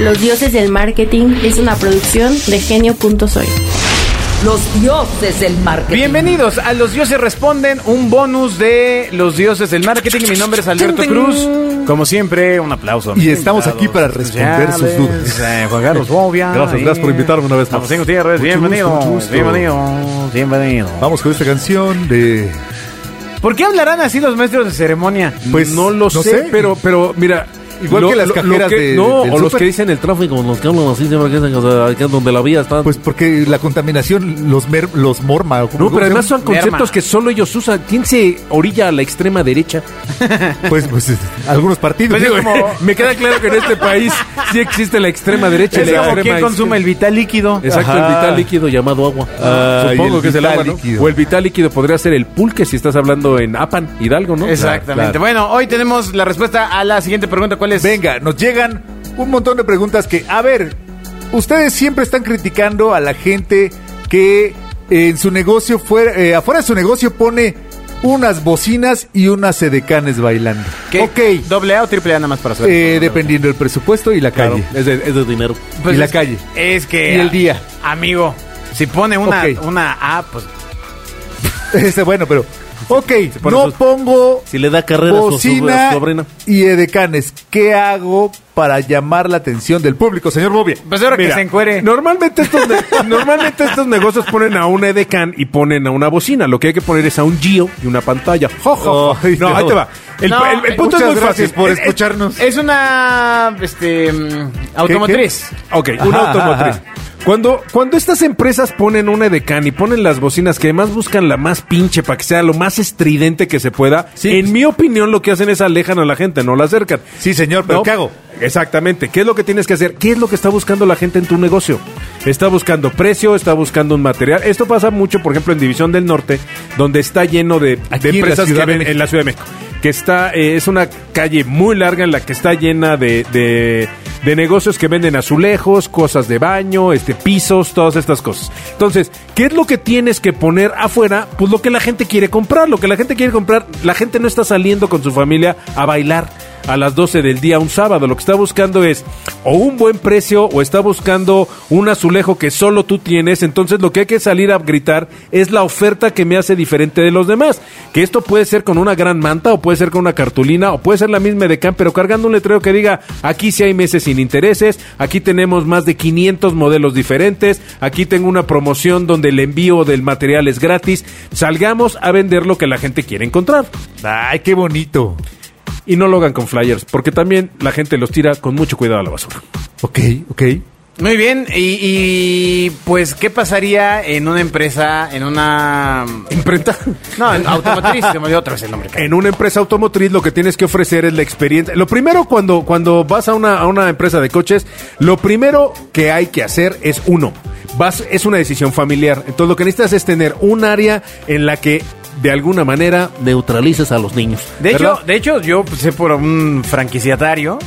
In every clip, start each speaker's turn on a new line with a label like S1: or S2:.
S1: Los dioses del marketing es una producción de genio.soy.
S2: Los dioses del marketing.
S3: Bienvenidos a Los Dioses Responden, un bonus de Los Dioses del Marketing. Mi nombre es Alberto Cruz. Como siempre, un aplauso. a mis
S4: Y estamos
S3: invitados
S4: aquí para responder sus
S3: especiales,
S4: dudas.
S3: eh, Juan Carlos Bobia.
S4: Gracias,
S3: eh,
S4: gracias por invitarme una vez más.
S3: Agustín Gutiérrez,
S4: Mucho
S3: bienvenido.
S4: gusto, mucho gusto.
S3: Bienvenido, bienvenido.
S4: Vamos con esta canción de...
S3: ¿Por qué hablarán así los maestros de ceremonia?
S4: Pues,
S5: no lo
S4: no
S5: sé,
S4: sé.
S5: pero pero mira,
S4: Igual que las cajeras
S5: que-
S4: de-
S5: no,
S4: del
S5: o los
S4: súper.
S5: que dicen el tráfico, los que hablan así siempre que dicen que, o sea, que donde la vía está.
S4: Pues porque la contaminación los, mer- los morma. o como-
S5: no, pero además son
S3: Merma.
S5: conceptos que solo ellos usan. ¿Quién se orilla a la extrema derecha?
S4: Pues, pues, eh, algunos partidos.
S3: Pues es
S4: digo,
S3: como-
S5: Me queda claro que en este país sí existe la extrema derecha y
S3: Es
S5: la
S3: como
S5: extrema
S3: quien
S5: izquierda.
S3: consume el vital líquido.
S5: Exacto,
S4: Ajá.
S5: el vital líquido llamado agua.
S4: Ah, y
S5: Supongo
S4: el
S5: que es el
S4: vital
S5: agua, ¿no?
S4: líquido.
S5: O el vital líquido podría ser el pulque si estás hablando en Apan, Hidalgo, ¿no?
S3: Exactamente.
S5: Claro, claro.
S3: Bueno, hoy tenemos la respuesta a la siguiente pregunta. ¿Cuál es?
S4: Venga, nos llegan un montón de preguntas que, a ver, ustedes siempre están criticando a la gente que en su negocio, fuera, eh, afuera de su negocio pone unas bocinas y unas sedecanes bailando.
S3: ¿Qué?
S4: Ok,
S3: ¿Doble A o triple A nada más para saber?
S4: eh, dependiendo del presupuesto y la
S5: Claro,
S4: calle.
S5: es de, es de dinero.
S4: y la calle.
S3: Pues Es que.
S4: Y el día.
S3: Amigo, si pone una,
S4: Ok.
S3: una A, pues.
S4: Este, bueno, pero... Ok,
S5: pone
S4: no
S5: sus-
S4: pongo
S5: Si le da carrera a su- su- a
S4: bocina
S5: su sobrina.
S4: y edecanes. ¿Qué hago para llamar la atención del público, señor Bobia?
S3: Pues ahora que
S5: Mira,
S3: se encuere.
S5: Normalmente estos, ne- normalmente estos negocios ponen a un edecán y ponen a una bocina. Lo que hay que poner es a un Gio y una pantalla. Jo, jo, jo.
S4: Ay,
S5: no,
S4: Oh, no.
S5: ahí te va. El,
S3: No,
S5: el- el punto
S4: muchas
S5: es muy
S4: gracias
S5: fácil.
S4: por
S5: Es- es-
S4: escucharnos.
S3: Es una. Este. mm, Automotriz.
S5: Ok, una
S4: Ajá,
S5: automotriz.
S4: ajá,
S5: Cuando, cuando estas empresas ponen un edecán y ponen las bocinas que además buscan la más pinche para que sea lo más estridente que se pueda, en mi opinión lo que hacen es alejan a la gente, no la acercan.
S4: Sí, señor, pero
S5: ¿No?
S4: ¿qué hago?
S5: Exactamente. ¿Qué es lo que tienes que hacer? ¿Qué es lo que está buscando la gente en tu negocio? Está buscando precio, está buscando un material. Esto pasa mucho, por ejemplo, en División del Norte, donde está lleno de,
S4: Aquí
S5: de
S4: en la
S5: empresas
S4: Ciudad de
S5: que ven
S4: México.
S5: en la Ciudad de México. Que está, eh, es una calle muy larga en la que está llena de, de- de negocios que venden azulejos, cosas de baño, este, pisos, todas estas cosas. Entonces, ¿qué es lo que tienes que poner afuera? Pues lo que la gente quiere comprar. Lo que la gente quiere comprar, la gente no está saliendo con su familia a bailar a las 12 del día un sábado. Lo que está buscando es o un buen precio o está buscando un azulejo que solo tú tienes. Entonces lo que hay que salir a gritar es la oferta que me hace diferente de los demás. Que esto puede ser con una gran manta o puede ser con una cartulina o puede ser la misma de Can, pero cargando un letrero que diga aquí sí hay meses sin intereses, aquí tenemos más de 500 modelos diferentes, aquí tengo una promoción donde el envío del material es gratis. Salgamos a vender lo que la gente quiere encontrar.
S4: Ay, qué bonito.
S5: Y no lo hagan con flyers, porque también la gente los tira con mucho cuidado a la basura.
S4: Ok, ok.
S3: Muy bien. Y, y, Pues, ¿qué pasaría en una empresa, en una.
S5: Imprenta.
S3: No, en automotriz. se me dio otra vez el nombre.
S5: En una empresa automotriz lo que tienes que ofrecer es la experiencia. Lo primero cuando, cuando vas a una, a una empresa de coches, lo primero que hay que hacer es uno. Vas, es una decisión familiar. Entonces lo que necesitas es tener un área en la que de alguna manera neutralices a los niños.
S3: De hecho,
S5: ¿verdad?
S3: de hecho, yo pues, sé por un franquiciatario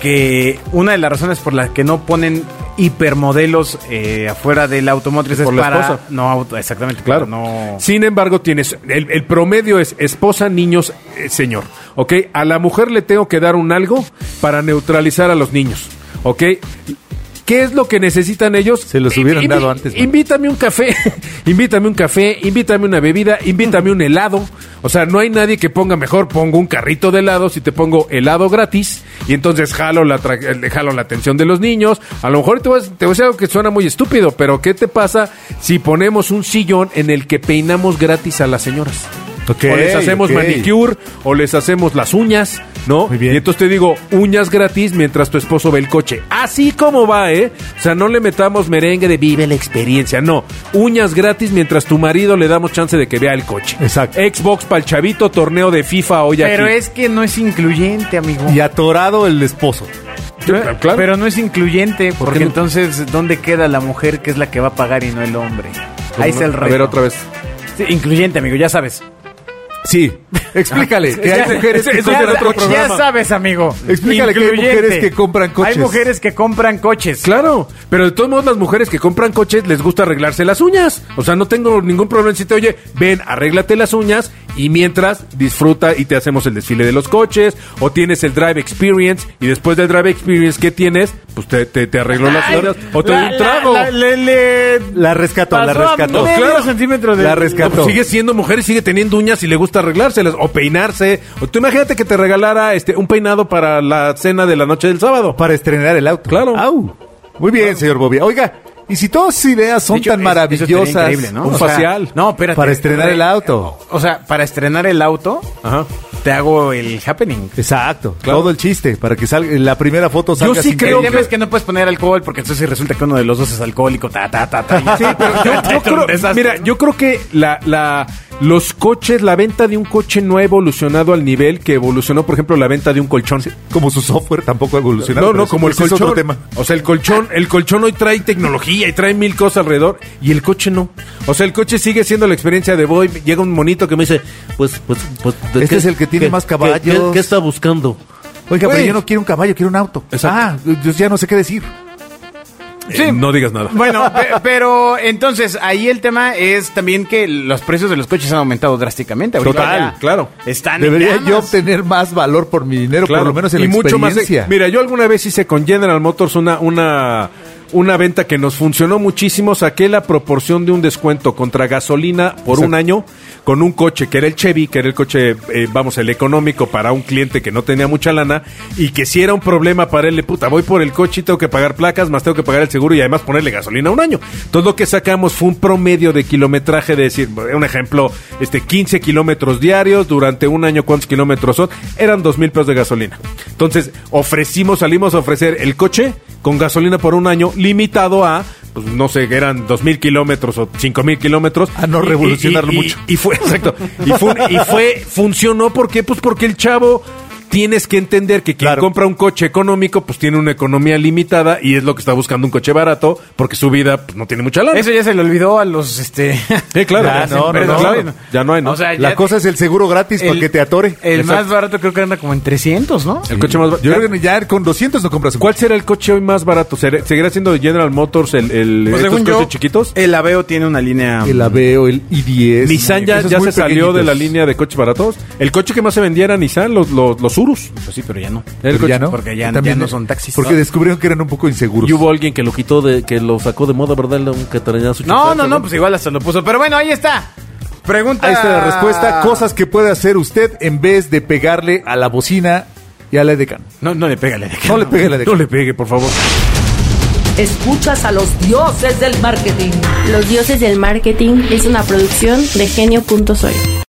S3: que una de las razones por las que no ponen hipermodelos eh, afuera del automotriz es
S5: Por la
S3: para
S5: esposa.
S3: no auto, exactamente,
S5: Claro.
S3: claro, no
S5: Sin embargo, tienes. El, el promedio es esposa, niños, eh, señor. ¿Ok? A la mujer le tengo que dar un algo para neutralizar a los niños. ¿Ok? ¿Qué es lo que necesitan ellos?
S4: Se los hubieran dado antes, man.
S5: Invítame un café, invítame un café, invítame una bebida, invítame un helado. O sea, no hay nadie que ponga mejor, pongo un carrito de helados y te pongo helado gratis y entonces jalo la, tra- eh, jalo la atención de los niños. A lo mejor te voy, a- te voy a decir algo que suena muy estúpido, pero ¿qué te pasa si ponemos un sillón en el que peinamos gratis a las señoras?
S4: Ok,
S5: o les hacemos
S4: ok.
S5: manicure, o les hacemos las uñas, ¿no?
S4: Muy bien.
S5: Y entonces te digo, uñas gratis mientras tu esposo ve el coche. Así como va, ¿eh? O sea, no le metamos merengue de vive la experiencia, no. Uñas gratis mientras tu marido le damos chance de que vea el coche.
S4: Exacto.
S5: Xbox para el chavito, torneo de FIFA hoy
S3: Pero
S5: aquí.
S3: es que no es incluyente, amigo.
S4: Y atorado el esposo.
S5: Claro, claro.
S3: Pero no es incluyente, porque
S5: qué no?
S3: entonces, ¿dónde queda la mujer que es la que va a pagar y no el hombre? Ahí está el reto.
S5: Pues A ver, otra vez.
S3: Sí, incluyente, amigo, ya sabes.
S4: Sí, explícale. que hay mujeres que
S3: ya,
S4: compran-
S3: ya sabes, amigo.
S4: Explícale que hay mujeres que compran coches.
S3: Hay mujeres que compran coches.
S5: Claro, pero de todos modos las mujeres que compran coches les gusta arreglarse las uñas. O sea, no tengo ningún problema en decirte, oye, ven, arréglate las uñas Y mientras disfruta y te hacemos el desfile de los coches o tienes el Drive Experience y después del Drive Experience ¿qué tienes? Pues te, te, te arreglo las flores o te doy un trago.
S3: le, le-
S4: La rescató, la
S3: pasó a
S4: rescató.
S3: medio
S5: Claro.
S3: centímetro de-
S4: La
S5: No,
S4: rescató.
S5: pues sigue siendo mujer y sigue teniendo uñas y le gusta arreglárselas o peinarse. O tú imagínate que te regalara este un peinado para la cena de la noche del sábado.
S4: Para estrenar el auto.
S5: Claro.
S4: Au. Muy bien, señor Bobia. Oiga, y si todas sus ideas son
S3: De hecho,
S4: tan
S3: es- eso estaría
S4: maravillosas.
S3: increíble, ¿no?
S5: Un
S3: O sea,
S5: facial.
S3: no, espérate.
S4: Para estrenar el auto.
S3: O sea, para estrenar el auto,
S5: Ajá.
S3: te hago el happening.
S4: Exacto.
S5: Claro.
S4: Todo el chiste, para que salga la primera foto salga
S5: sí
S4: sin
S5: creo
S3: el
S4: que-
S3: tema es que no puedes poner alcohol porque entonces resulta que uno de los dos es alcohólico. Ta, ta, ta, ta, ya.
S5: Sí, pero yo, yo
S3: Es un
S5: creo,
S3: desastre,
S5: mira,
S3: ¿no?
S5: yo creo que la, la- los coches, la venta de un coche no ha evolucionado al nivel que evolucionó, por ejemplo, la venta de un colchón.
S4: Como su software tampoco ha evolucionado.
S5: No,
S4: pero
S5: no, como el
S4: ese es
S5: colchón.
S4: otro tema.
S5: O sea, el colchón, el colchón hoy trae tecnología y trae mil cosas alrededor y el coche no. O sea, el coche sigue siendo la experiencia de voy, llega un monito que me dice, pues, pues, pues ¿de
S4: Este es el que tiene más caballos.
S5: ¿Qué, qué está buscando?
S4: Oiga,
S5: Güey.
S4: pero yo no quiero un caballo, quiero un auto.
S5: Exacto.
S4: Ah, yo ya no sé qué decir.
S5: Eh, no digas nada.
S3: Bueno, pe- pero entonces ahí el tema es también que los precios de los coches han aumentado drásticamente. Ahorita
S5: Total,
S3: ya
S5: claro.
S3: Están
S4: Debería
S3: en
S4: yo
S3: llamas.
S4: obtener más valor por mi dinero, por lo menos en la experiencia.
S5: más. Mira, yo alguna vez hice con General Motors una, una, una venta que nos funcionó muchísimo. Saqué la proporción de un descuento contra gasolina por un año con un coche que era el Chevy, que era el coche, eh, vamos, el económico para un cliente que no tenía mucha lana y que si era un problema para él, le puta, voy por el coche y tengo que pagar placas, más tengo que pagar el seguro y además ponerle gasolina un año. Entonces lo que sacamos fue un promedio de kilometraje de decir, un ejemplo, este 15 kilómetros diarios durante un año, ¿cuántos kilómetros son? Eran dos mil pesos de gasolina. Entonces ofrecimos, salimos a ofrecer el coche con gasolina por un año limitado a, pues no sé, eran dos mil kilómetros o cinco mil kilómetros.
S4: A no
S5: Y- y-
S4: revolucionarlo
S5: y-
S4: mucho.
S5: Y fue, exacto. Y fue, un- y fue funcionó, ¿por qué? Pues porque el chavo... Tienes que entender que quien
S4: Claro.
S5: compra un coche económico, pues tiene una economía limitada y es lo que está buscando un coche barato, porque su vida pues, no tiene mucha lana.
S3: Eso ya se le olvidó a los este
S5: Sí, claro.
S3: Ya,
S5: Ya, no,
S3: siempre,
S5: no, no,
S3: claro.
S5: claro. Ya no hay, ¿no?
S4: La cosa es el seguro gratis para
S3: el-
S4: que te atore.
S3: El
S4: Exacto.
S3: más barato creo que anda como en 300, ¿no?
S5: El coche más bar-
S4: Yo creo que ya con 200 no compras un
S5: ¿Cuál será el coche hoy más barato? ¿Será- ¿Seguirá siendo General Motors el, el
S3: Pues,
S5: estos coches chiquitos?
S3: el Aveo tiene una línea
S4: El Aveo, el i10.
S5: Nissan ya,
S4: esos
S5: ya
S4: muy
S5: se salió de la
S4: pequeñitos.
S5: línea de coches baratos. El coche que más se vendía era Nissan, los, los, los Urus.
S3: Pues sí, pero ya no.
S5: Era el
S4: Pero ya
S5: coche-
S4: no.
S3: porque ya-
S4: También
S3: ya no
S4: es-
S3: son taxis.
S4: Porque descubrieron que eran un poco inseguros.
S6: Y hubo alguien que lo quitó de, que lo sacó de moda, ¿verdad? El que traía su
S3: No, no, no, pues igual hasta lo puso, pero bueno, ahí está. Pregunta
S4: Ahí está
S3: Ah.
S4: la respuesta. Cosas que puede hacer usted en vez de pegarle a la bocina y a la edecán.
S3: No, no le pégale.
S4: No le pegue a la edecán.
S5: No le pegue, por favor.
S2: Escuchas a los dioses del marketing.
S1: Los dioses del marketing es una producción de genio.soy.